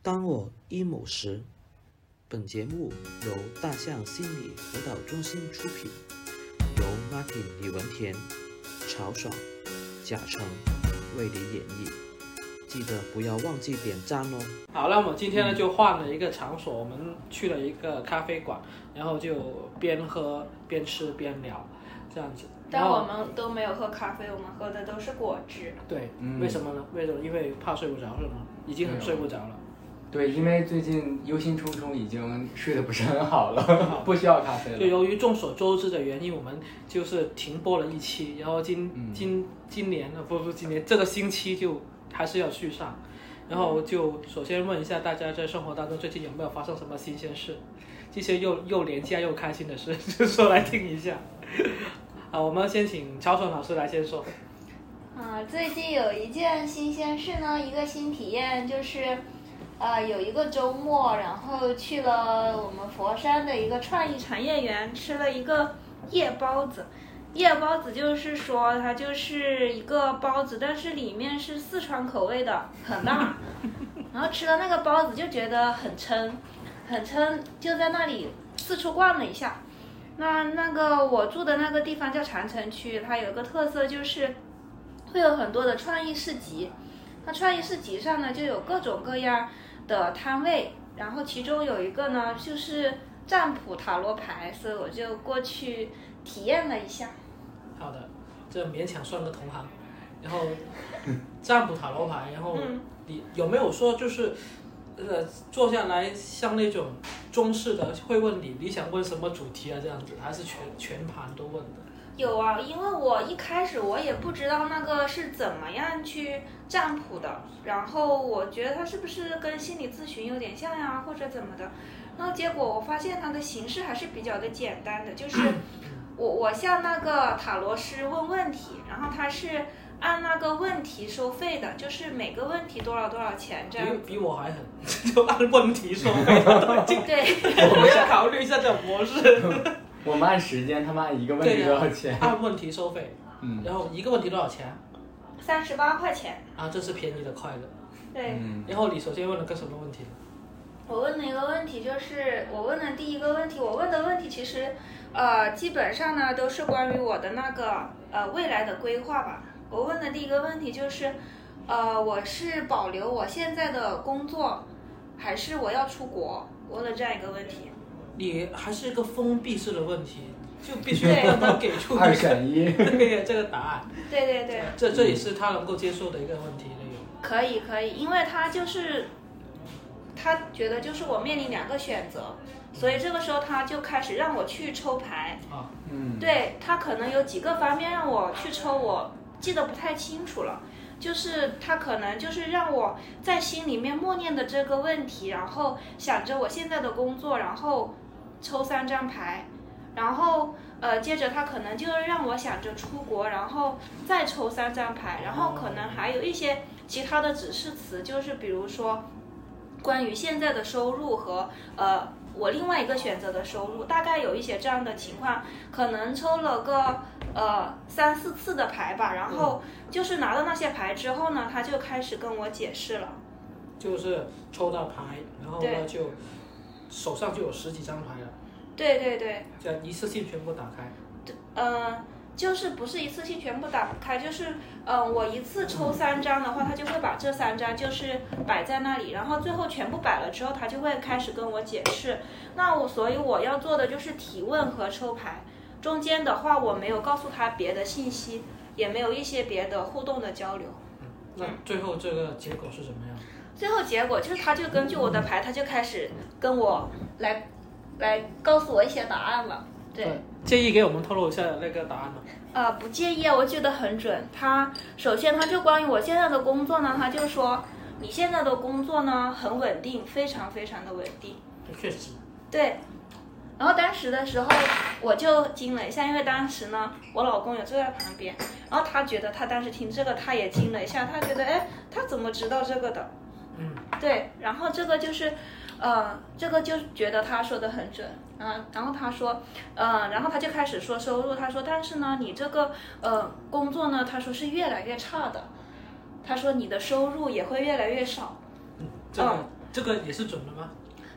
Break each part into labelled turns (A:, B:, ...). A: 当我 emo 时，本节目由大象心理辅导中心出品，由 Martin 李文田、曹爽、贾成为你演绎。记得不要忘记点赞哦。
B: 好，那我们今天
C: 嗯
B: 呢就换了一个场所，我们去了一个咖啡馆，然后就边喝边吃边聊，这样子。然
C: 但
B: 后
C: 我们都没有喝咖啡，我们喝的都是果汁。
B: 对，
D: 嗯
B: 为什么呢？为什么？因为怕睡不着是吗？已经很睡不着了。
D: 对，因为最近忧心忡忡，已经睡得不是很好了， 不需要咖啡
B: 就
D: 了。
B: 由于众所周知的原因，我们就是停播了一期，然后今、
D: 嗯
B: 今今年啊，不不，今年这个星期就还是要续上。然后就首先问一下大家，在生活当中最近有没有发生什么新鲜事？这些又又廉价又开心的事， 就说来听一下。好，我们先请曹爽老师来先说。
C: 啊，最近有一件新鲜事呢，一个新体验就是，呃，有一个周末，然后去了我们佛山的一个创意产业园，吃了一个夜包子。夜包子就是说它就是一个包子，但是里面是四川口味的，很 辣。然后吃了那个包子就觉得很撑，很撑，就在那里四处逛了一下。那那个我住的那个地方叫长城区，它有一个特色就是会有很多的创意市集。那创意市集上呢，就有各种各样的摊位，然后其中有一个呢就是占卜塔罗牌，所以我就过去体验了一下。
B: 好的，这勉强算个同行。然后占卜塔罗牌，然后
C: 嗯
B: 你有没有说就是，呃，坐下来像那种中式的会问你你想问什么主题啊这样子，还是全全盘都问的？
C: 有啊，因为我一开始我也不知道那个是怎么样去占卜的，然后我觉得它是不是跟心理咨询有点像呀、或者怎么的。然后结果我发现它的形式还是比较的简单的，就是我我向那个塔罗师问问题，然后他是按那个问题收费的，就是每个问题多少多少钱这样子。
B: 比比我还狠， 就按问题说回 答。这
C: 对。
B: 我们要考虑一下这种模式，
D: 我们按时间，他们按一个问
B: 对
D: 题
B: 呀
D: 多少钱？
B: 按问题收费，
D: 嗯
B: 然后一个问题多少钱？
C: 三十八块钱，
B: 啊，这是便宜的快乐。
C: 对、
D: 嗯，
B: 然后你首先问了个什么问题呢？
C: 我问了一个问题，就是我问的第一个问题，我问的问题其实，呃，基本上呢都是关于我的那个呃未来的规划吧。我问的第一个问题就是，呃，我是保留我现在的工作，还是我要出国？我问了这样一个问题。
B: 你还是一个封闭式的问题，就必须
C: 对
B: 让他给出一
D: 二
B: 个
D: 选一。
B: 对这个答案。
C: 对对对，
B: 这这也是他能够接受的一个问题内容。
C: 可以可以，因为他就是他觉得就是我面临两个选择，所以这个时候他就开始让我去抽牌。
D: 嗯，
C: 对他可能有几个方面让我去抽，我记得不太清楚了。就是他可能就是让我在心里面默念的这个问题，然后想着我现在的工作，然后抽三张牌，然后呃接着他可能就让我想着出国，然后再抽三张牌，然后可能还有一些其他的指示词，就是比如说关于现在的收入和呃我另外一个选择的收入，大概有一些这样的情况，可能抽了个呃三四次的牌吧，然后就是拿到那些牌之后呢，他就开始跟我解释了。
B: 就是抽到牌，然后呢
C: 对
B: 就手上就有十几张牌了，
C: 对对对，
B: 这样一次性全部打开。
C: 呃，就是不是一次性全部打开，就是呃，我一次抽三张的话，他就会把这三张就是摆在那里，然后最后全部摆了之后，他就会开始跟我解释。那我所以我要做的就是提问和抽牌，中间的话我没有告诉他别的信息，也没有一些别的互动的交流。
B: 那最后这个结果是怎么样？
C: 最后结果就是，他就根据我的牌，他就开始跟我来来告诉我一些答案了。对，，
B: 建议给我们透露一下那个答案吧。
C: 呃，不介意啊，我觉得很准。他首先他就关于我现在的工作呢，他就说你现在的工作呢很稳定，非常非常的稳定。
B: 确实，
C: 对。然后当时的时候我就惊了一下，因为当时呢我老公也坐在旁边，然后他觉得他当时听这个他也惊了一下，他觉得哎他怎么知道这个的？
B: 嗯，
C: 对，然后这个就是，呃，这个就觉得他说的很准啊。然后他说，呃，然后他就开始说收入，他说，但是呢，你这个呃工作呢，他说是越来越差的，他说你的收入也会越来越少。
B: 这个
C: 嗯
B: 啊这个也是准的吗？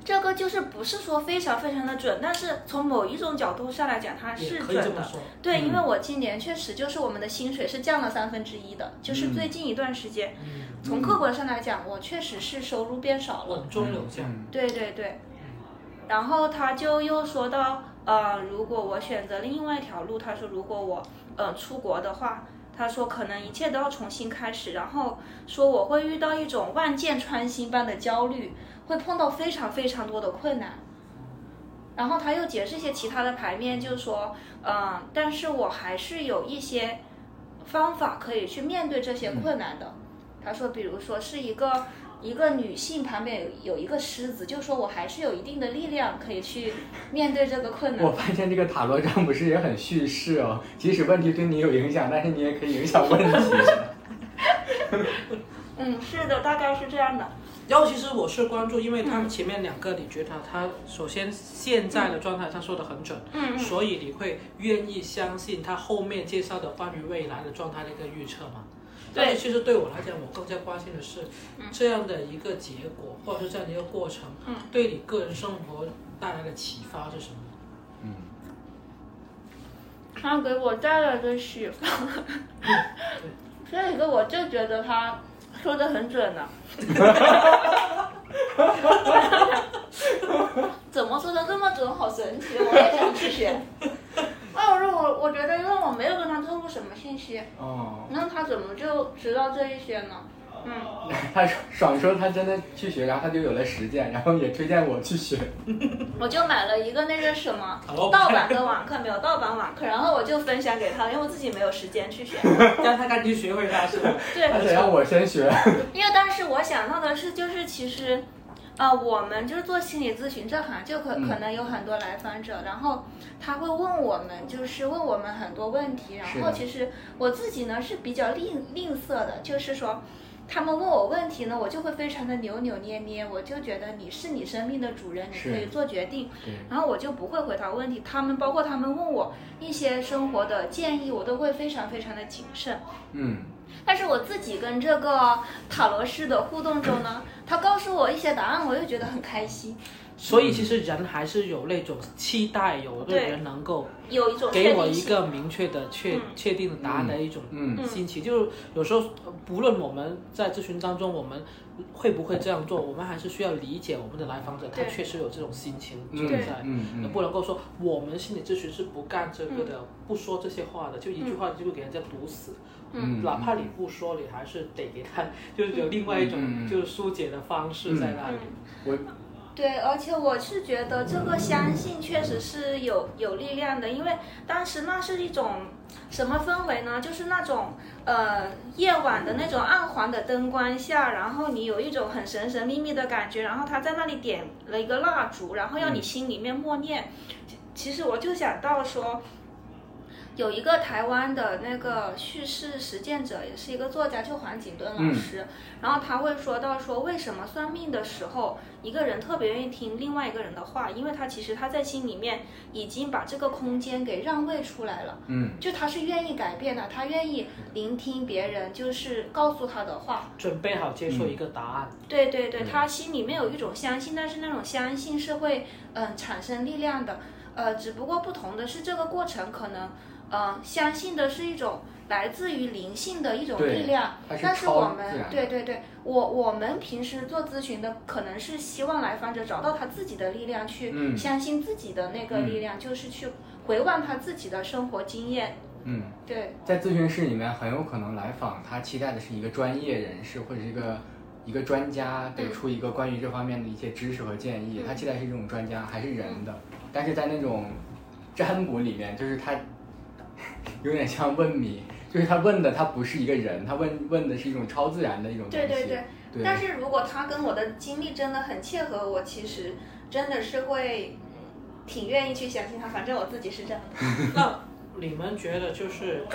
C: 这个就是不是说非常非常的准，但是从某一种角度上来讲，它
B: 也
C: 是
B: 可以这
C: 准
B: 么
C: 的。
B: 说。
C: 对，
D: 嗯
C: 因为我今年确实就是我们的薪水是降了三分之一的，就是最近一段时间，
B: 嗯，
C: 从客观上来讲，我确实是收入变少了。
B: 稳中有降。
D: 嗯
C: 对对对，
B: 嗯
C: 然后他就又说到，呃，如果我选择另外一条路，他说如果我呃出国的话，他说可能一切都要重新开始，然后说我会遇到一种万箭穿心般的焦虑，会碰到非常非常多的困难。然后他又解释一些其他的牌面，就是说，嗯、但是我还是有一些方法可以去面对这些困难的。他说，比如说是一个一个女性旁边有有一个狮子，就说我还是有一定的力量可以去面对这个困
D: 我
C: 难。
D: 发现这个塔罗占卜师也很叙事哦，即使问题对你有影响，但是你也可以影响问题。
C: 嗯，是的，大概是这样的。
B: 然后其实我是关注，因为他
C: 嗯
B: 们前面两个你觉得他首先现在的状态他说的很准，
C: 嗯嗯
B: 所以你会愿意相信他后面介绍的关于未来的状态的一个预测吗？但是其实对我来讲，我更加关心的是这样的一个结果，或者是这样的一个过程，
C: 嗯
B: 对你个人生活带来的启发是什么？
D: 嗯，
C: 他给我带来的启发，这一个我就觉得他说的很准呢、啊怎么说的这么准？好神奇，我也想去学。那我说我我觉得，因为我没有跟他透露什么信息，
D: 哦，
C: 那他怎么就知道这一些呢？嗯，
D: 他说爽说他真的去学，然后他就有了实践，然后也推荐我去学。
C: 我就买了一个那个什么
B: 塔罗牌
C: 盗版的网课，没有盗版网课，然后我就分享给他，因为我自己没有时间去学。
B: 让他赶紧学会 它是吧？
C: 对，
D: 他想让我先学。
C: 因为当时我想到的是，就是其实，呃，我们就是做心理咨询这行，就可
D: 嗯
C: 可能有很多来访者，然后他会问我们，就是问我们很多问题，然
D: 是
C: 后
D: 的
C: 其实我自己呢是比较吝吝啬的，就是说。他们问我问题呢，我就会非常的扭扭捏捏，我就觉得你是你生命的主人，你
D: 是
C: 可以做决定，
D: 对
C: 然后我就不会回答问题。他们包括他们问我一些生活的建议，我都会非常非常的谨慎。
D: 嗯，
C: 但是我自己跟这个塔罗师的互动中呢，他告诉我一些答案，我又觉得很开心，
B: 所以其实人还是有那种期待，有的人能够
C: 有一种确
B: 给我
C: 定
B: 一
C: 性。嗯
B: 个明确的确、确定的答案的一种
D: 嗯嗯
B: 心情。就是有时候，呃不论我们在咨询当中，我们会不会这样做，我们还是需要理解我们的来访者，他
C: 对
B: 确实有这种心情存
D: 嗯
B: 在。
D: 嗯
B: 也
D: 嗯
B: 不能够说我们心理咨询是不干这个的，不说这些话的，就一句话就会给人家堵死。
D: 嗯，
B: 哪怕你不说，你还是得给他，就是有另外一种
D: 嗯嗯嗯嗯
B: 就是疏解的方式在那里。
D: 我
C: 对，而且我是觉得这个相信确实是有有力量的，因为当时那是一种什么氛围呢？就是那种呃夜晚的那种暗黄的灯光下，然后你有一种很神神秘秘的感觉，然后他在那里点了一个蜡烛，然后要你心里面默念。其其实我就想到说。有一个台湾的那个叙事实践者，也是一个作家，就黄景敦老师，然后他会说到说为什么算命的时候一个人特别愿意听另外一个人的话，因为他其实他在心里面已经把这个空间给让位出来了，
D: 嗯
C: 就他是愿意改变的，他愿意聆听别人就是告诉他的话，
B: 准备好接受一个答案。
C: 对对
D: 嗯
C: 对，他心里面有一种相信，但是那种相信是会嗯、产生力量的，呃，只不过不同的是这个过程可能呃相信的是一种来自于灵性的一种
D: 对
C: 力量
D: 它，是
C: 但是
D: 超
C: 我
D: 自
C: 们
D: 然
C: 对对对，我我们平时做咨询的可能是希望来访者找到他自己的力量，去
D: 嗯
C: 相信自己的那个力量，就是去回望他自己的生活经验，
D: 嗯。
C: 对。
D: 在咨询室里面，很有可能来访他期待的是一个专业人士或者是一个一个专家
C: 嗯
D: 给出一个关于这方面的一些知识和建议，他期待是这种专家还是人的，但是在那种占卜里面，就是他 有点像问米，就是他问的他不是一个人，他问问的是一种超自然的一种东
C: 对
D: 西，
C: 对对
D: 对
C: 但是如果他跟我的经历真的很切合，我其实真的是会挺愿意去相信他。反正我自己是这样的。
B: 那你们觉得就是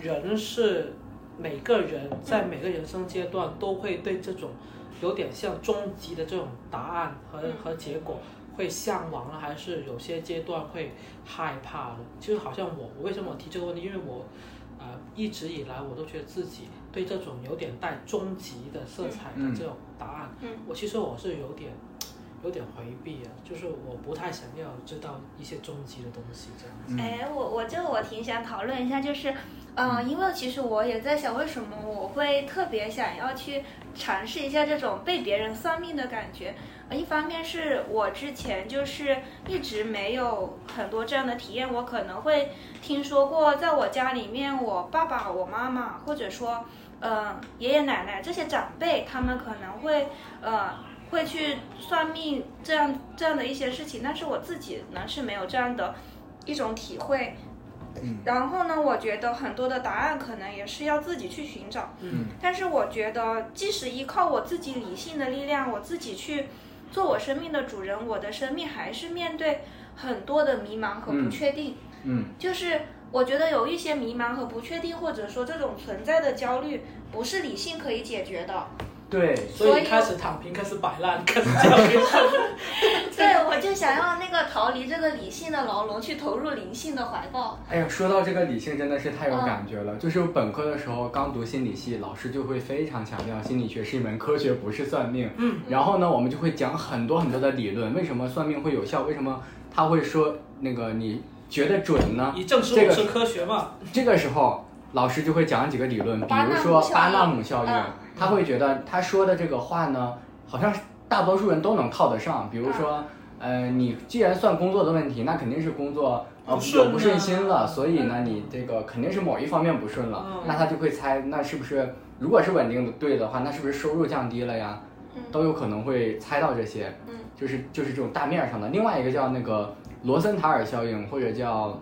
B: 人是每个人在每个人生阶段都会对这种有点像终极的这种答案和、
C: 嗯
B: 和结果会向往呢，还是有些阶段会害怕的？就是好像我，我为什么我提这个问题？因为我呃，一直以来我都觉得自己对这种有点带终极的色彩的
D: 嗯
B: 这种答案，
C: 嗯
B: 我其实我是有点有点回避啊，就是我不太想要知道一些终极的东西这样子。
D: 嗯
C: 哎，我我这个我挺想讨论一下，就是，嗯、因为其实我也在想，为什么我会特别想要去尝试一下这种被别人算命的感觉。呃一方面是我之前就是一直没有很多这样的体验，我可能会听说过，在我家里面，我爸爸、我妈妈，或者说，呃，爷爷奶奶这些长辈，他们可能会，呃。会去算命这样这样的一些事情，但是我自己呢是没有这样的一种体会。
D: 嗯
C: 然后呢，我觉得很多的答案可能也是要自己去寻找。
D: 嗯，
C: 但是我觉得，即使依靠我自己理性的力量，我自己去做我生命的主人，我的生命还是面对很多的迷茫和不确定。
D: 嗯
C: 就是我觉得有一些迷茫和不确定，或者说这种存在的焦虑，不是理性可以解决的。
D: 对，
B: 所
C: 所以
B: 以开始躺平，开始摆烂，开始教育。
C: 对，我就想要那个逃离这个理性的牢笼，去投入灵性的怀抱。
D: 哎呀，说到这个理性，真的是太有感觉了。就是我本科的时候刚读心理系，老师就会非常强调心理学是一门科学，不是算命。
B: 嗯，
D: 然后呢，我们就会讲很多很多的理论，为什么算命会有效？为什么他会说那个你觉得准呢？
B: 以证实
D: 这
B: 我
D: 个
B: 是科学嘛？
D: 这个时候，老师就会讲几个理论，比
C: 巴纳
D: 如
C: 姆
D: 说
C: 效应
D: 巴纳姆效应
C: 嗯，
D: 他会觉得他说的这个话呢，好像是大多数人都能套得上。比如说，
C: 嗯
D: 呃，你既然算工作的问题，那肯定是工作呃
B: 哦不顺
D: 有不顺心
B: 啊
C: 嗯
D: 了，所以呢，你这个肯定是某一方面不顺了
B: 嗯。
D: 那他就会猜，那是不是如果是稳定的对的话，那是不是收入降低了呀？都有可能会猜到这些，
C: 嗯
D: 就是就是这种大面上的。另外一个叫那个罗森塔尔效应，或者叫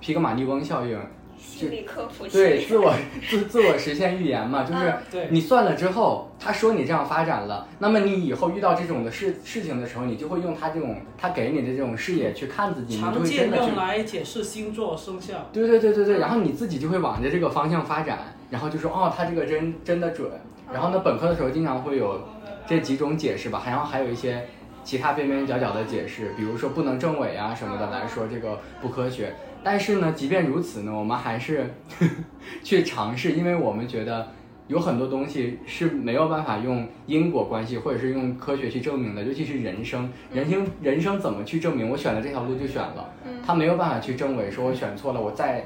D: 皮格马利翁效应，
C: 心理科普系
D: 对，自我 自自我实现预言嘛，就是
C: 嗯
B: 对
D: 你算了之后，他说你这样发展了，那么你以后遇到这种的事事情的时候，你就会用他这种他给你的这种视野去看自己，你就
B: 常
D: 会
B: 见
D: 真的去
B: 用。啊来解释星座生肖。
D: 对对对对对，然后你自己就会往着这个方向发展，然后就说哦，他这个真真的准。然后呢，本科的时候经常会有这几种解释吧，然后还有一些其他边边角角的解释，比如说不能证伪啊什么的来说这个不科学。但是呢，即便如此呢，我们还是 去尝试，因为我们觉得有很多东西是没有办法用因果关系或者是用科学去证明的，尤其是人生，人生人生怎么去证明？我选了这条路就选了，他没有办法去证伪，说我选错了，我再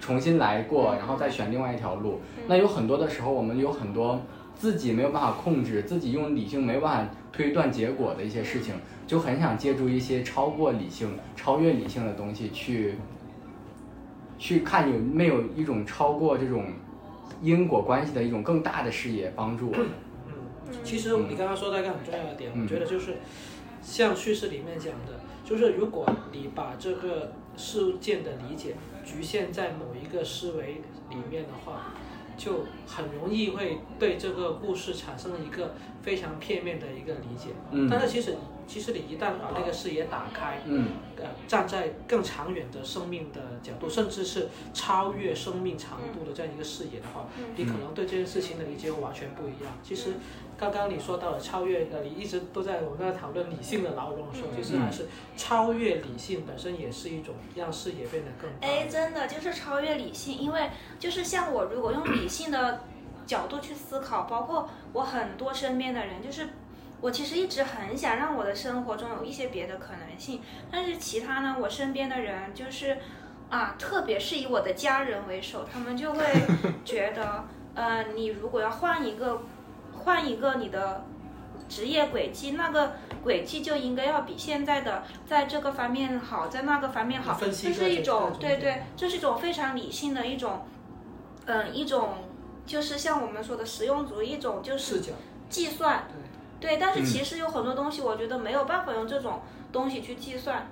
D: 重新来过，然后再选另外一条路。那有很多的时候，我们有很多自己没有办法控制，自己用理性没有办法推断结果的一些事情，就很想借助一些超过理性、超越理性的东西去去看有没有一种超过这种因果关系的一种更大的视野帮助我们。
B: 其实你刚刚说到一个很重要的点，
D: 嗯
B: 我觉得就是像叙事里面讲的，就是如果你把这个事件的理解局限在某一个思维里面的话，就很容易会对这个故事产生一个非常片面的一个理解。
D: 嗯
B: 但是其实其实你一旦把那个视野打开，
D: 嗯
B: 呃，站在更长远的生命的角度，甚至是超越生命长度的这样一个视野的话，
C: 嗯
B: 你可能对这件事情的理解会完全不一样。其实刚刚你说到了超越，呃，你一直都在我们在讨论理性的牢笼的时候，
C: 嗯
B: 其实还是超越理性本身也是一种让视野变得更
C: 哎，
B: 大。
C: 真的就是超越理性，因为就是像我，如果用理性的角度去思考，包括我很多身边的人，就是我其实一直很想让我的生活中有一些别的可能性，但是其他呢，我身边的人就是啊，特别是以我的家人为首，他们就 会觉得，呃，你如果要换一个，换一个你的。职业轨迹，那个轨迹就应该要比现在的在这个方面好，在那个方面好，
B: 分析
C: 这
B: 各
C: 是一
B: 种
C: 种
B: 各种
C: 对
B: 点
C: 对，这是一种非常理性的一种，嗯、一种就是像我们说的实用主义，一种就
B: 视
C: 是
B: 角，
C: 计算，对，但是
D: 嗯
C: 其实有很多东西，我觉得没有办法用这种东西去计算。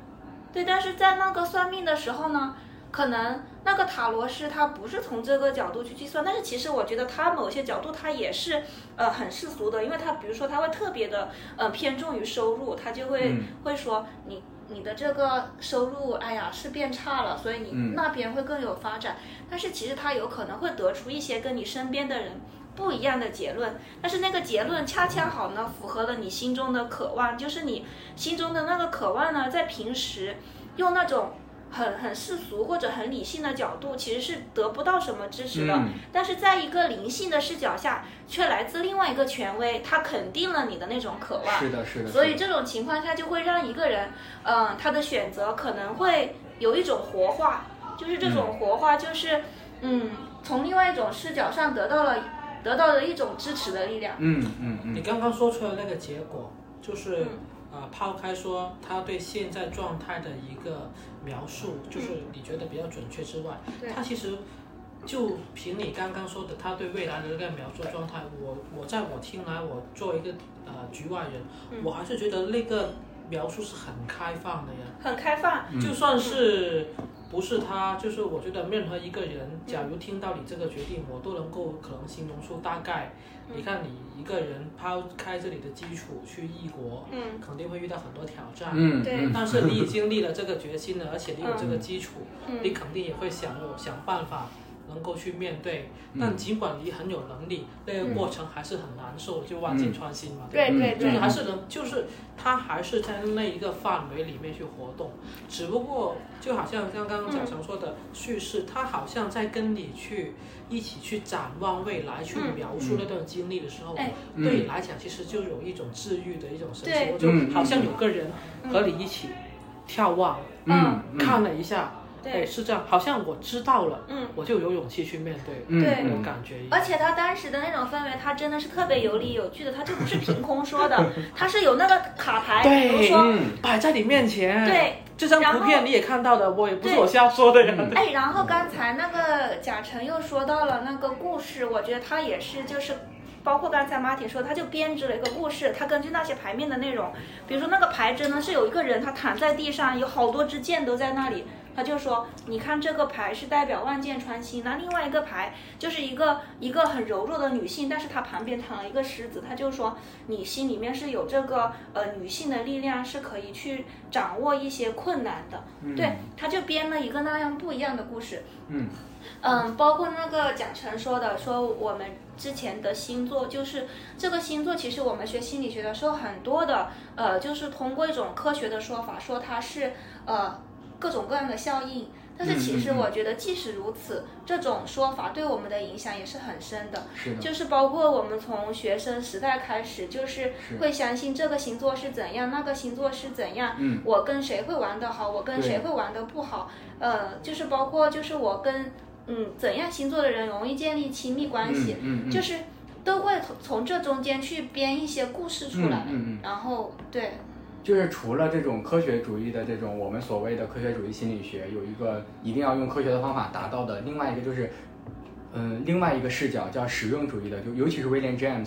C: 对，但是在那个算命的时候呢，可能那个塔罗师他不是从这个角度去计算，但是其实我觉得他某些角度他也是呃很世俗的，因为他比如说他会特别的呃偏重于收入，他就会、
D: 嗯
C: 会说你。你的这个收入，哎呀，是变差了，所以你
D: 嗯
C: 那边会更有发展。但是其实他有可能会得出一些跟你身边的人不一样的结论，但是那个结论恰恰好呢，符合了你心中的渴望，就是你心中的那个渴望呢，在平时用那种很很世俗或者很理性的角度，其实是得不到什么支持的。
D: 嗯，
C: 但是在一个灵性的视角下，却来自另外一个权威，他肯定了你的那种渴望。
D: 是的，是的。
C: 所以
D: 是的
C: 这种情况下就会让一个人，嗯、他的选择可能会有一种活化，就是这种活化就是，嗯，从另外一种视角上得到了得到了一种支持的力量。
D: 嗯嗯
B: 你
D: 嗯，
B: 刚刚说出来那个结果，就是
C: 嗯
B: 啊、呃抛开说他对现在状态的一个描述，就是
C: 嗯
B: 你觉得比较准确之外，
C: 对
B: 他其实就凭你刚刚说的他对未来的这个描述状态，我我在我听来，我作为一个呃局外人，
C: 嗯
B: 我还是觉得那个描述是很开放的呀。
C: 很开放，
D: 嗯
B: 就算是不是他，就是我觉得任何一个
C: 嗯
B: 人，假如听到你这个决定，我都能够可能形容出大概。
C: 嗯
B: 你看，你一个人抛开这里的基础去异国，
C: 嗯
B: 肯定会遇到很多挑战。
D: 嗯
C: 对
D: 嗯
B: 但是你已经立了这个决心 了，而且你有这个基础，你
C: 嗯
B: 肯定也会想有想办法能够去面对。
D: 嗯
B: 但尽管你很有能力，那个过程还是很难受，就万箭穿心嘛，对吧？
C: 嗯对对
B: 就是
C: 对，
B: 还是能，就是他还是在那一个范围里面去活动，只不过就好像像刚刚小强说的叙事，他好像在跟你去一起去展望未来，去
C: 嗯
B: 描述那段经历的时候，
C: 哎
B: 对你来讲其实就有一种治愈的一种神
D: 嗯
C: 对
B: 奇，我就好像有个人
C: 嗯
B: 和你一起眺望，
D: 嗯嗯
B: 看了一下，哎，
C: 对，
B: 是这样，好像我知道了，
C: 嗯。
B: 我就有勇气去面对，
D: 嗯
C: 对
B: 我
D: 嗯
B: 感觉一样
C: 而且他当时的那种氛围，他真的是特别有理有据的，他就不是凭空说的， 他是有那个卡牌，
B: 对
C: 比如说，
D: 嗯
B: 摆在你面前，，
C: 对，
B: 这张
C: 然
B: 图
C: 后
B: 片你也看到的，我也不是
C: 对
B: 我瞎说的呀。
D: 嗯
C: 哎，然后刚才那个贾晨又说到了那个故事，我觉得他也是就是。包括刚才马铁说，他就编织了一个故事，他根据那些牌面的内容，比如说那个牌真的是有一个人，他躺在地上，有好多支箭都在那里，他就说，你看这个牌是代表万箭穿心，那另外一个牌就是一个一个很柔弱的女性，但是她旁边躺了一个狮子，他就说，你心里面是有这个呃女性的力量，是可以去掌握一些困难的，
D: 嗯
C: 对，他就编了一个那样不一样的故事。
D: 嗯
C: 嗯，包括那个蒋晨说的，说我们之前的星座就是这个星座，其实我们学心理学的时候，很多的呃，就是通过一种科学的说法，说它是呃各种各样的效应。但是其实
D: 嗯嗯嗯
C: 我觉得，即使如此，这种说法对我们的影响也是很深的。
D: 是的，
C: 就是包括我们从学生时代开始，就是
D: 是
C: 会相信这个星座是怎样，那个星座是怎样，
D: 嗯
C: 我跟谁会玩得好，我跟谁
D: 对
C: 会玩得不好，呃，就是包括就是我跟嗯怎样星座的人容易建立亲密关系，
D: 嗯嗯嗯
C: 就是都会从从这中间去编一些故事出来，
D: 嗯嗯嗯
C: 然后对，
D: 就是除了这种科学主义的这种我们所谓的科学主义心理学，有一个一定要用科学的方法达到的，另外一个就是，嗯，另外一个视角叫实用主义的，就尤其是威廉 James，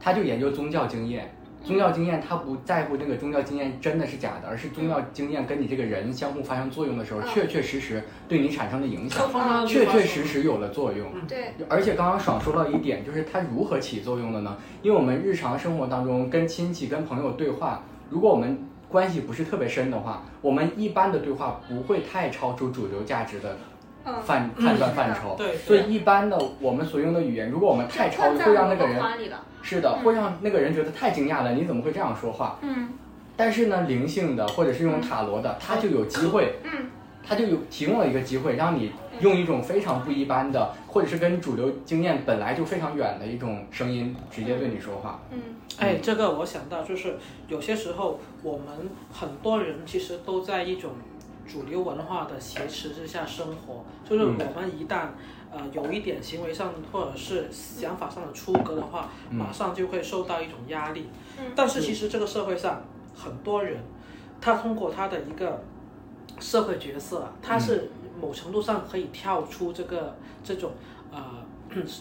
D: 他就研究宗教经验。宗教经验，他不在乎那个宗教经验真的是假的，而是宗教经验跟你这个人相互发生作用的时候，
C: 嗯
D: 确确实实对你产生了影响，
B: 通常
D: 确确实实有了作用。
C: 对，
D: 而且刚刚爽说到一点，就是它如何起作用的呢？因为我们日常生活当中跟亲戚、跟朋友对话，如果我们关系不是特别深的话，我们一般的对话不会太超出主流价值的
C: 嗯，
D: 范判断范畴。
B: 对，
D: 所以一般嗯的我们所用的语言，如果我们太
C: 就
D: 超，
C: 困在
D: 会让那个
C: 个
D: 人
C: 框里了，
D: 是的，会让那个人觉得太惊讶了，你怎么会这样说话？
C: 嗯
D: 但是呢，灵性的或者是用塔罗的，他就有机会
C: 嗯
D: 他就有提供了一个机会，让你用一种非常不一般的，或者是跟主流经验本来就非常远的一种声音，直接对你说话。
C: 嗯
B: 哎，这个我想到就是有些时候我们很多人其实都在一种主流文化的挟持之下生活，就是我
D: 嗯
B: 们一旦呃有一点行为上或者是想法上的出格的话，
D: 嗯
B: 马上就会受到一种压力。
C: 嗯
B: 但是其实这个社会上很多人，他通过他的一个社会角色啊，
D: 嗯
B: 他是某程度上可以跳出这个这种呃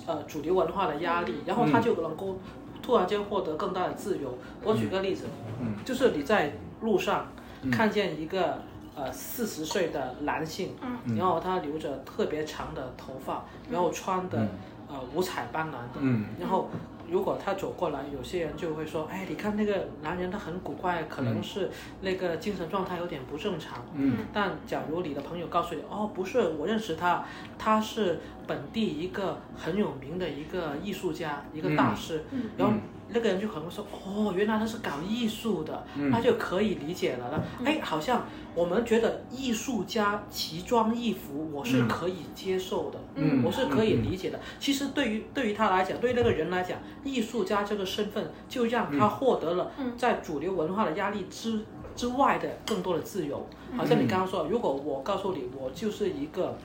B: 呃主流文化的压力，然后
D: 嗯
B: 他就能够突然间获得更大的自由。我举个例子，
D: 嗯
B: 就是你在路上
D: 嗯
B: 看见一个呃四十岁的男性，
C: 嗯
B: 然后他留着特别长的头发，然后穿的、
D: 嗯
B: 呃五彩斑斓的，
D: 嗯
B: 然后如果他走过来，有些人就会说，哎，你看那个男人他很古怪，可能
D: 嗯
B: 是那个精神状态有点不正常。
D: 嗯
B: 但假如你的朋友告诉你，哦，不是，我认识他，他是本地一个很有名的一个艺术家，一个大师，
C: 嗯
B: 然后那个人就可能会说，哦，原来他是搞艺术的，
D: 嗯
B: 他就可以理解了呢。哎，好像我们觉得艺术家奇装异服，我是
D: 嗯
B: 可以接受的，
D: 嗯
B: 我是可以理解的。其实对于对于他来讲，对于那个人来讲，艺术家这个身份就让
D: 嗯
B: 他获得了在主流文化的压力之之外的更多的自由。好像
D: 嗯
B: 你刚刚说，如果我告诉你，我就是一个，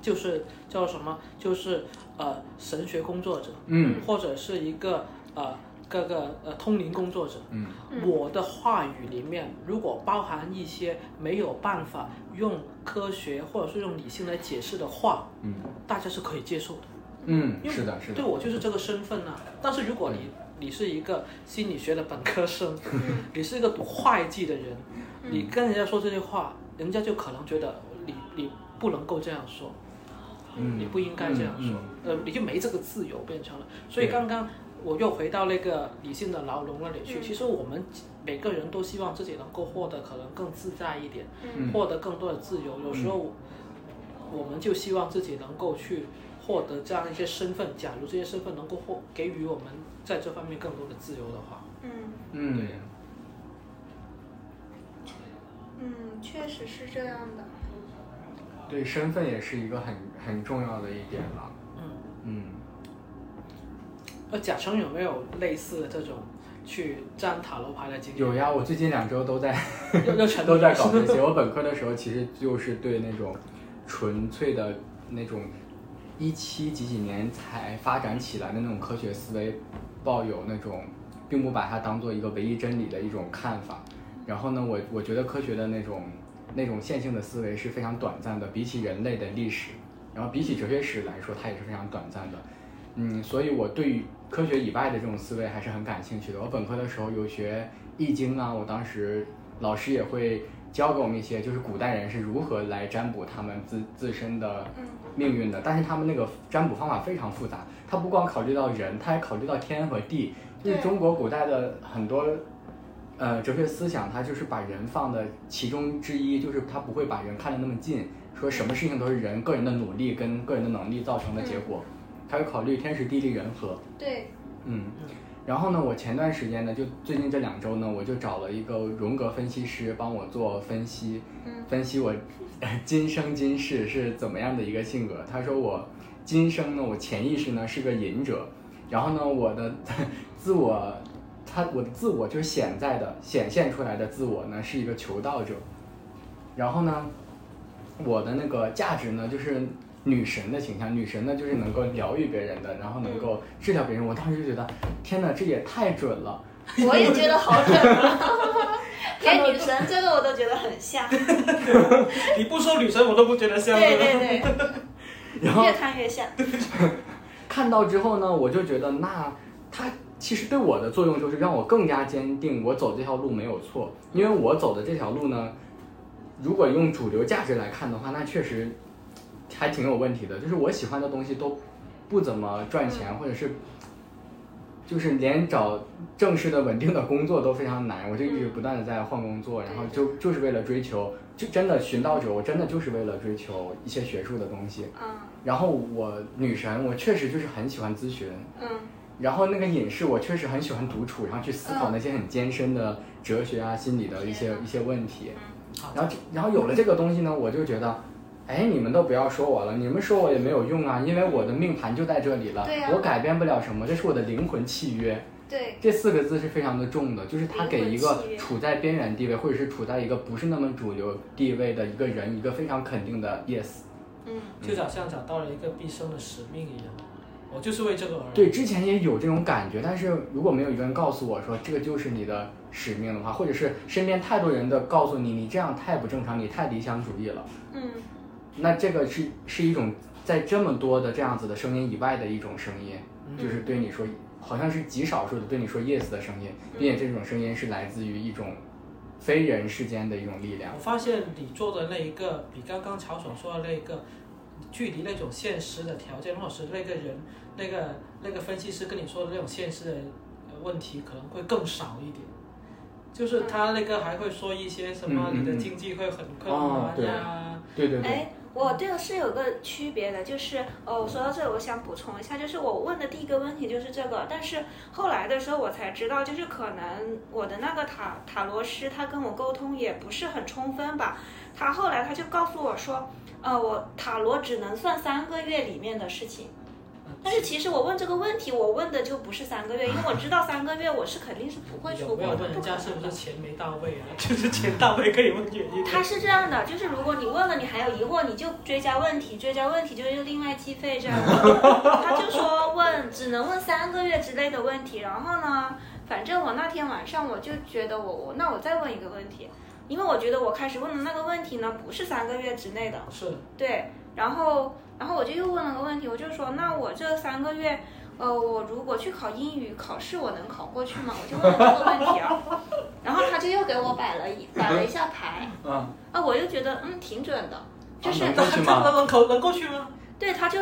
B: 就是叫什么，就是呃神学工作者，
D: 嗯
B: 或者是一个呃各个呃通灵工作者，
D: 嗯
B: 我的话语里面如果包含一些没有办法用科学或者是用理性来解释的话，
D: 嗯
B: 大家是可以接受的。
D: 嗯，
B: 因为
D: 是的，嗯是的
B: 对，我就是这个身份呐、但是如果你你是一个心理学的本科生，
D: 嗯
B: 你是一个读会计的人，你跟人家说这些话，人家就可能觉得你你不能够这样说，
D: 嗯
B: 你不应该这样说，
D: 嗯
B: 呃，你就没这个自由变成了。所以
D: 对
B: 刚刚我又回到那个理性的牢笼那里去。
E: 嗯
B: 其实我们每个人都希望自己能够获得可能更自在一点，
D: 嗯
B: 获得更多的自由。有时候我我们就希望自己能够去获得这样一些身份。假如这些身份能够获给予我们在这方面更多的自由的话，
E: 嗯
D: 嗯
E: 嗯，确实是这样的。
D: 对，身份也是一个很很重要的一点了。
B: 嗯。
D: 嗯，
B: 那贾成有没有类似的这种去占塔罗牌的经历？
D: 有呀，我最近两周都在
B: 又又全
D: 都在搞这些。我本科的时候其实就是对那种纯粹的那种一七几几年才发展起来的那种科学思维抱有那种，并不把它当做一个唯一真理的一种看法。然后呢，我我觉得科学的那种那种线性的思维是非常短暂的，比起人类的历史，然后比起哲学史来说，它也是非常短暂的。嗯，所以我对于科学以外的这种思维还是很感兴趣的。我本科的时候有学易经啊，我当时老师也会教给我们一些，就是古代人是如何来占卜他们自自身的命运的。但是他们那个占卜方法非常复杂，它不光考虑到人，它还考虑到天和地。就是
E: 对
D: 中国古代的很多呃，哲学思想它就是把人放的其中之一，就是它不会把人看得那么近，说什么事情都是人个人的努力跟个人的能力造成的结果，它会考虑天时地利人和。
E: 对，
D: 嗯，然后呢，我前段时间呢，就最近这两周呢，我就找了一个荣格分析师帮我做分析，
E: 嗯
D: 分析我呃今生今世是怎么样的一个性格。他说我今生呢，我潜意识呢是个隐者，然后呢，我的自我，他我的自我就是显在的显现出来的自我呢是一个求道者，然后呢，我的那个价值呢，就是女神的形象，女神呢就是能够疗愈别人的，然后能够治疗别人。我当时就觉得，天哪，这也太准了！
E: 我也觉得好准啊，连女神这个我都觉得很像。
B: 你不说女神，我都不觉得像。
E: 对对
D: 然
E: 对，
D: 后
E: 越看越像。
D: 看到之后呢，我就觉得那它其实对我的作用就是让我更加坚定我走这条路没有错，因为我走的这条路呢，如果用主流价值来看的话，那确实还挺有问题的。就是我喜欢的东西都不怎么赚钱，或者是就是连找正式的稳定的工作都非常难，我就一直不断的在换工作，然后就就是为了追求，就真的寻道者，我真的就是为了追求一些学术的东西。
E: 嗯
D: 然后我女神，我确实就是很喜欢咨询，
E: 嗯
D: 然后那个隐士，我确实很喜欢独处，然后去思考那些很艰深的哲学啊、心理的一些一些问题。然后这，然后有了这个东西呢，我就觉得，哎，你们都不要说我了，你们说我也没有用啊，因为我的命盘就在这里了，
E: 对呀
D: 我改变不了什么，这是我的灵魂契约。
E: 对，
D: 这四个字是非常的重的，就是它给一
E: 灵
D: 个
E: 魂契约
D: 处在边缘地位，或者是处在一个不是那么主流地位的一个人，一个非常肯定的 yes。
E: 嗯
B: 就好像找到了一个毕生的使命一样，我就是为这个而。
D: 对，之前也有这种感觉，但是如果没有一个人告诉我说这个就是你的使命的话，或者是身边太多人的告诉你你这样太不正常，你太理想主义了，
E: 嗯
D: 那这个是是一种在这么多的这样子的声音以外的一种声音，就是对你说好像是极少数的对你说 yes 的声音，并且这种声音是来自于一种非人世间的一种力量
B: 我。发现你做的那一个，比刚刚曹所说的那一个，距离那种现实的条件，或者是那个人、那个那个分析师跟你说的那种现实的呃问题，可能会更少一点。就是他那个还会说一些什么，
D: 嗯嗯
B: 你的
D: 嗯
B: 经济会很困
D: 哦
B: 难呀、啊
D: 对对对，
E: 哎，
C: 我这个是有个区别的，就是哦，我说到这里，我想补充一下，就是呃我问的第一个问题就是这个，但是后来的时候我才知道，就是可能我的那个塔塔罗师他跟我沟通也不是很充分吧，他后来他就告诉我说，呃，我塔罗只能算三个月里面的事情。
B: 呃
C: 但是其实我问这个问题，我问的就不是三个月，因为我知道三个月我是肯定是不会出
B: 有没有
C: 国的，
B: 问人
C: 不可
B: 家
C: 能
B: 是不
C: 的
B: 是钱没到位啊？ 就是钱到位可以问原因。
C: 他是这样的，就是如果你问了，你还有疑惑，你就追加问题，追加问题就是另外计费这样的。他就说问只能问三个月之类的问题，然后呢，反正我那天晚上我就觉得我我那我再问一个问题，因为我觉得我开始问的那个问题呢不是三个月之内的，
B: 是
C: 对，然后然后我就又问了个问题，我就说那我这三个月，呃，我如果去考英语考试，我能考过去吗？我就问了这个问题啊，然后他就又给我摆了一摆了一下牌，
D: 嗯，
C: 啊，我又觉得嗯挺准的，就是
D: 能
B: 他
D: 过去吗？
B: 他能口能过去吗？
C: 对，他就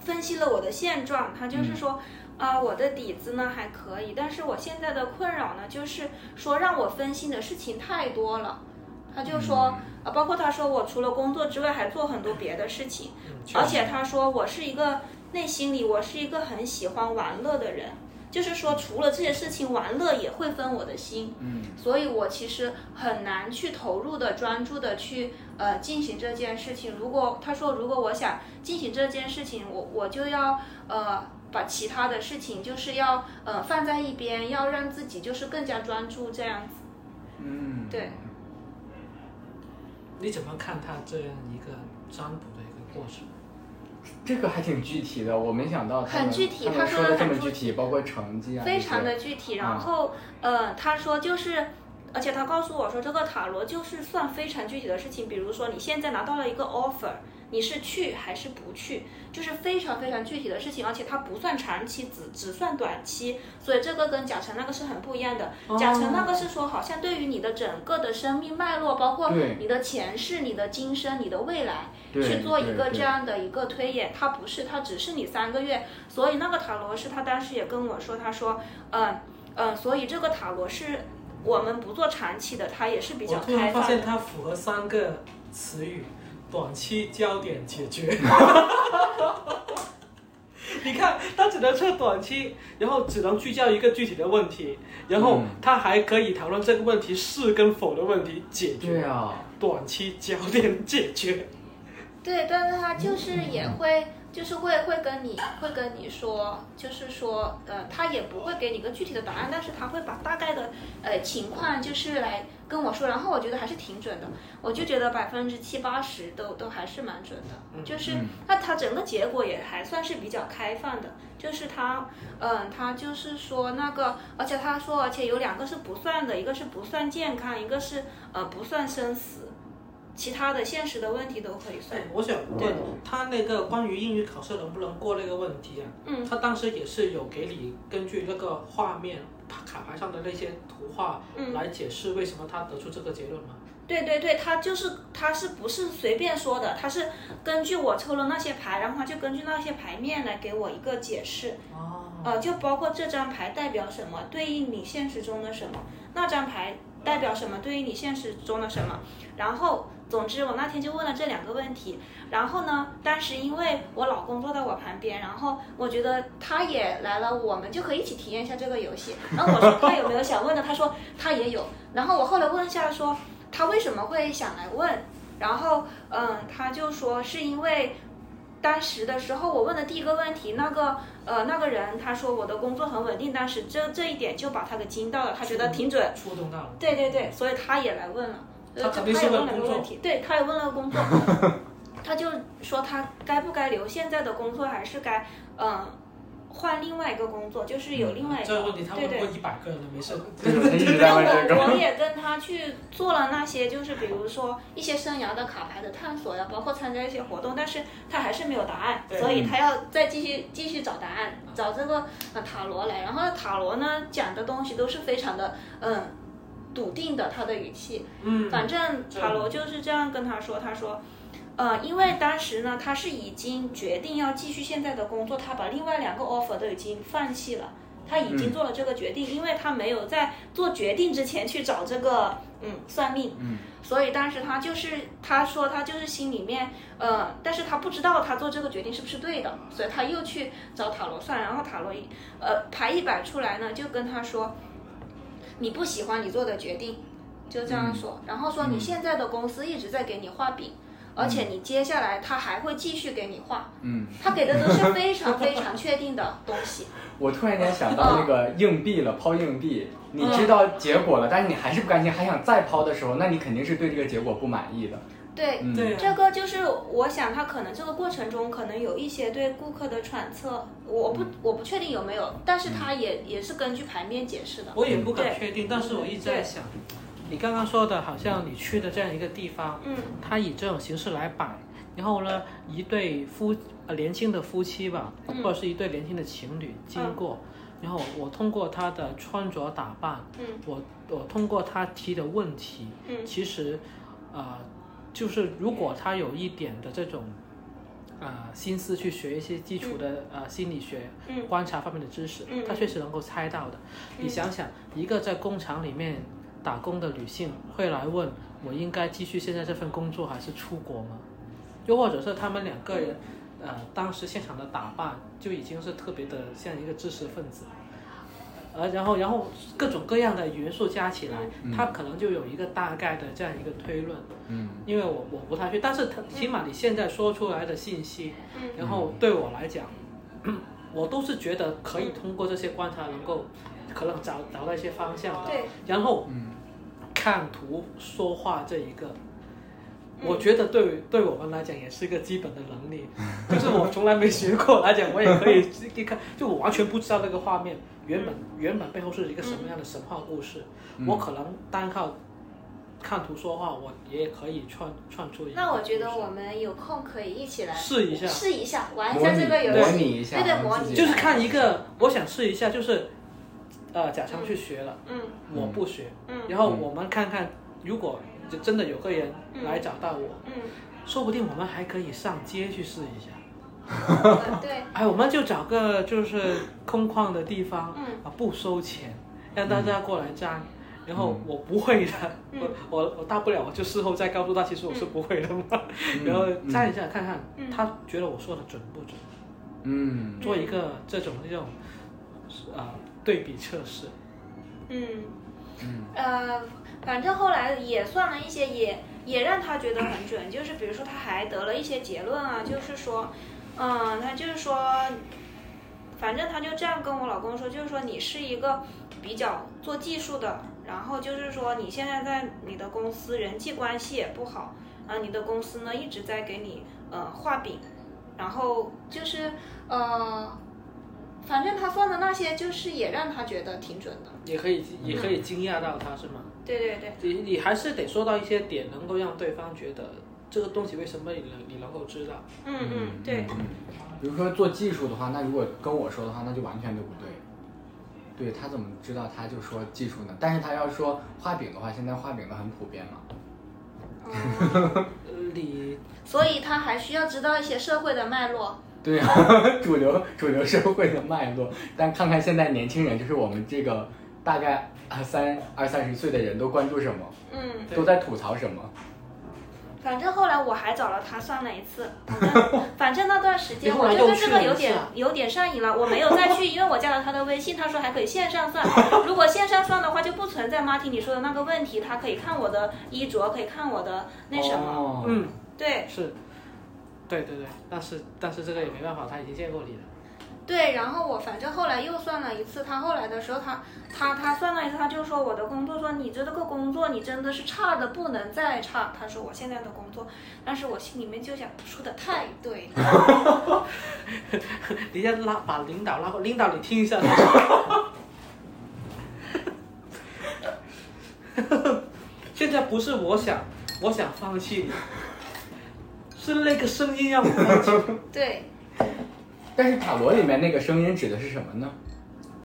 C: 分析了我的现状，他就是说，啊、我的底子呢还可以，但是我现在的困扰呢，就是说让我分心的事情太多了。他就说，
D: 嗯
C: 啊、包括他说我除了工作之外还做很多别的事情，
B: 嗯
C: 而且他说我是一个内心里我是一个很喜欢玩乐的人，就是说除了这些事情，玩乐也会分我的心。
D: 嗯，
C: 所以我其实很难去投入的、专注的去呃进行这件事情。如果他说如果我想进行这件事情，我我就要呃把其他的事情就是要呃放在一边，要让自己就是更加专注这样子。
D: 嗯，
C: 对，
B: 你怎么看他这样一个占卜的一个过程？
D: 这个还挺具体的，我没想到他们
C: 很具体
D: 他
C: 他
D: 们
C: 说
D: 说
C: 得
D: 的这
C: 很
D: 么
C: 具
D: 具体，包括成绩啊，啊
C: 非常
D: 这
C: 的
D: 些
C: 具体。然后，呃，他说就是，而且他告诉我说，这个塔罗就是算非常具体的事情，比如说你现在拿到了一个 offer，你是去还是不去，就是非常非常具体的事情，而且它不算长期，只只算短期，所以这个跟甲辰那个是很不一样的。
D: 哦
C: 甲辰那个是说，好像对于你的整个的生命脉络，包括
D: 对
C: 你的前世、你的今生、你的未来，
D: 对
C: 去做一
D: 对
C: 个
D: 对
C: 这样的一个推演，它不是，它只是你三个月。所以那个塔罗师他当时也跟我说，他说，嗯嗯，所以这个塔罗是我们不做长期的，它也是比较
B: 我突
C: 开
B: 然发
C: 放
B: 现
C: 的。
B: 它符合三个词语：短期焦点解 决。你看，它只能测短期，然后只能聚焦一个具体的问题，然后
D: 嗯
B: 它还可以讨论这个问题是跟否的问题解决。
D: 对 啊，
B: 短期焦点解决。
C: 对，但是他就是也会，就是会会跟你会跟你说，就是说，呃，他也不会给你个具体的答案，但是他会把大概的呃情况就是来跟我说，然后我觉得还是挺准的，我就觉得百分之七八十都都还是蛮准的，就是
D: 嗯
C: 那他整个结果也还算是比较开放的，就是他，嗯，他就是说那个，而且他说，而且有两个是不算的，一个是不算健康，一个是呃不算生死。其他的现实的问题都可以算
B: 哎。，我想问他那个关于英语考试能不能过那个问题啊？
C: 嗯
B: 他当时也是有给你根据那个画面卡牌上的那些图画
C: 嗯
B: 来解释为什么他得出这个结论吗？
C: 对对对，他就是他是不是随便说的？他是根据我抽了那些牌，然后他就根据那些牌面来给我一个解释。
B: 哦，
C: 呃，就包括这张牌代表什么，对应你现实中的什么，那张牌代表什么，对应你现实中的什么。然后，总之我那天就问了这两个问题。然后呢，当时因为我老公坐在我旁边，然后我觉得他也来了，我们就可以一起体验一下这个游戏。然后我说他有没有想问的，他说他也有。然后我后来问一下说他为什么会想来问，然后嗯，他就说是因为当时的时候，我问的第一个问题，那个呃那个人他说我的工作很稳定，当时这这一点就把他给惊到了，他觉得挺准。
B: 触动到了。
C: 对对对，所以他也来问了，呃
B: 他肯定
C: 他
B: 是
C: 也
B: 问
C: 问了
B: 工
C: 个
B: 作
C: 问题，对，他也问了 个工作，他就说他该不该留现在的工作，还是该嗯、呃换另外一个工作，就是有另外一
B: 这
C: 个
B: 个问题他
C: 对
B: 问过
C: 对。
B: 一百个人了，没事。
D: 对我一直在
C: 但
D: 问这
C: 我我
D: 个，
C: 也跟他去做了那些，就是比如说一些生涯的卡牌的探索呀，包括参加一些活动，但是他还是没有答案，
B: 对嗯
C: 所以他要再继续继续找答案，找这个呃塔罗来。然后塔罗呢讲的东西都是非常的嗯笃定的，他的语气。
B: 嗯，
C: 反正
B: 这
C: 塔罗就是这样跟他说，他说。呃，因为当时呢，他是已经决定要继续现在的工作，他把另外两个 offer 都已经放弃了，他已经做了这个决定，因为他没有在做决定之前去找这个嗯算命，
D: 嗯，
C: 所以当时他就是他说他就是心里面呃，但是他不知道他做这个决定是不是对的，所以他又去找塔罗算，然后塔罗一呃牌一摆出来呢，就跟他说你不喜欢你做的决定，就这样说，然后说你现在的公司一直在给你画饼。而且你接下来他还会继续给你画，
D: 嗯，
C: 他给的都是非常非常确定的东西。
D: 我突然间想到那
C: 嗯
D: 个硬币了，抛硬币，你知道结果了，但是你还是不甘心，还想再抛的时候，那你肯定是对这个结果不满意的。
C: 对，
D: 嗯，
B: 对
C: 这个就是我想，他可能这个过程中可能有一些对顾客的揣测，我不我不确定有没有，但是他也也是根据牌面解释的。
B: 我也不敢
C: 对
B: 确定，但是我一直在
C: 对
B: 想，你刚刚说的，好像你去的这样一个地方，
C: 嗯
B: 它以这种形式来摆，然后呢，一对夫呃年轻的夫妻吧，
C: 嗯
B: 或者是一对年轻的情侣经过，然后我通过他的穿着打扮，
C: 嗯
B: 我我通过他提的问题，
C: 嗯
B: 其实，呃，就是如果他有一点的这种，呃，心思去学一些基础的、呃心理学、
C: 嗯
B: 观察方面的知识，
C: 嗯
B: 他确实能够猜到的。你
C: 嗯
B: 想想，一个在工厂里面打工的女性会来问我应该继续现在这份工作还是出国吗？又或者是他们两个人，呃，当时现场的打扮就已经是特别的像一个知识分子。呃，然后，然后各种各样的元素加起来，
D: 嗯
B: 他可能就有一个大概的这样一个推论。
D: 嗯，
B: 因为我我不太去，但是他起码你现在说出来的信息，
C: 嗯
B: 然后对我来讲，我都是觉得可以通过这些观察能够，可能找找到一些方向的。
C: 对，
B: 然后
D: 嗯
B: 看图说话这一个，
C: 嗯
B: 我觉得对对我们来讲也是一个基本的能力，就是我从来没学过来讲，我也可以 一看，就我完全不知道那个画面原本原本背后是一个什么样的神话故事，
D: 嗯
B: 我可能单靠看图说话，我也可以串串出一个故事。
C: 那我觉得我们有空可以一起来
B: 试一下
C: 试一下玩一
D: 模
C: 下
D: 拟
C: 这个游
D: 模
C: 戏，
D: 拟一下，
C: 对对，
D: 让
C: 模
D: 自
C: 拟
D: 己
B: 就是看一个，我想试一下，就是呃，假常去学了，
C: 嗯
B: 我不学，
C: 嗯
B: 然后我们看看，如果就真的有个人来找到我，
C: 嗯，
B: 说不定我们还可以上街去试一下。
C: 嗯对，
B: 哎，我们就找个就是空旷的地方，
C: 嗯
B: 啊，不收钱，让大家过来粘。然后我不会的，
C: 嗯
B: 我 我我大不了我就事后再告诉他，其实我是不会的嘛。
D: 嗯
B: 然后粘一下看看，
C: 嗯
B: 他觉得我说的准不准？
D: 嗯
B: 做一个这种这种，呃，对比测试。
C: 嗯。
D: 嗯
C: 呃，反正后来也算了一些，也也让他觉得很准。就是比如说，他还得了一些结论啊，就是说，嗯，他就是说，反正他就这样跟我老公说，就是说你是一个比较做技术的，然后就是说你现在在你的公司人际关系也不好，啊，你的公司呢一直在给你呃画饼，然后就是呃。反正他算的那些，就是也让他觉得挺准的。
B: 也可以，也可以惊讶到他，是吗？
C: 对对对，
B: 你你还是得说到一些点，能够让对方觉得这个东西为什么你能你能够知道。
C: 嗯嗯，对。
D: 嗯比如说做技术的话，那如果跟我说的话，那就完全就不对。对他怎么知道他就说技术呢？但是他要说画饼的话，现在画饼的很普遍嘛。
C: 哦
B: 呃你
C: 所以他还需要知道一些社会的脉络。
D: 对 啊，主流主流社会的脉络。但看看现在年轻人，就是我们这个大概二三二三十岁的人都关注什么，
C: 嗯，
B: 对
D: 都在吐槽什么。
C: 反正后来我还找了他算了一 次，反正反正那段时间
B: 你后
C: 我
B: 来
C: 就
B: 又
C: 对
B: 去
C: 这
B: 了
C: 个
B: 一次啊
C: 有点有点上瘾了，我没有再去，因为我加了他的微信，他说还可以线上算，如果线上算的话就不存在马蹄你说的那个问题，他可以看我的衣着，可以看我的那什么，
D: 哦、
B: 嗯
C: 对
B: 是，对对对，但是但是这个也没办法，他已经见过你了。
C: 对，然后我反正后来又算了一次，他后来的时候他他他算了一次，他就说我的工作说你这个工作你真的是差的不能再差，他说我现在的工作，但是我心里面就想说的太对了。
B: 人家拉把领导拉过，领导你听一下 他说。现在不是我想，我想放弃你，是那个声音让我放弃。
C: 对，
D: 但是塔罗里面那个声音指的是什么呢？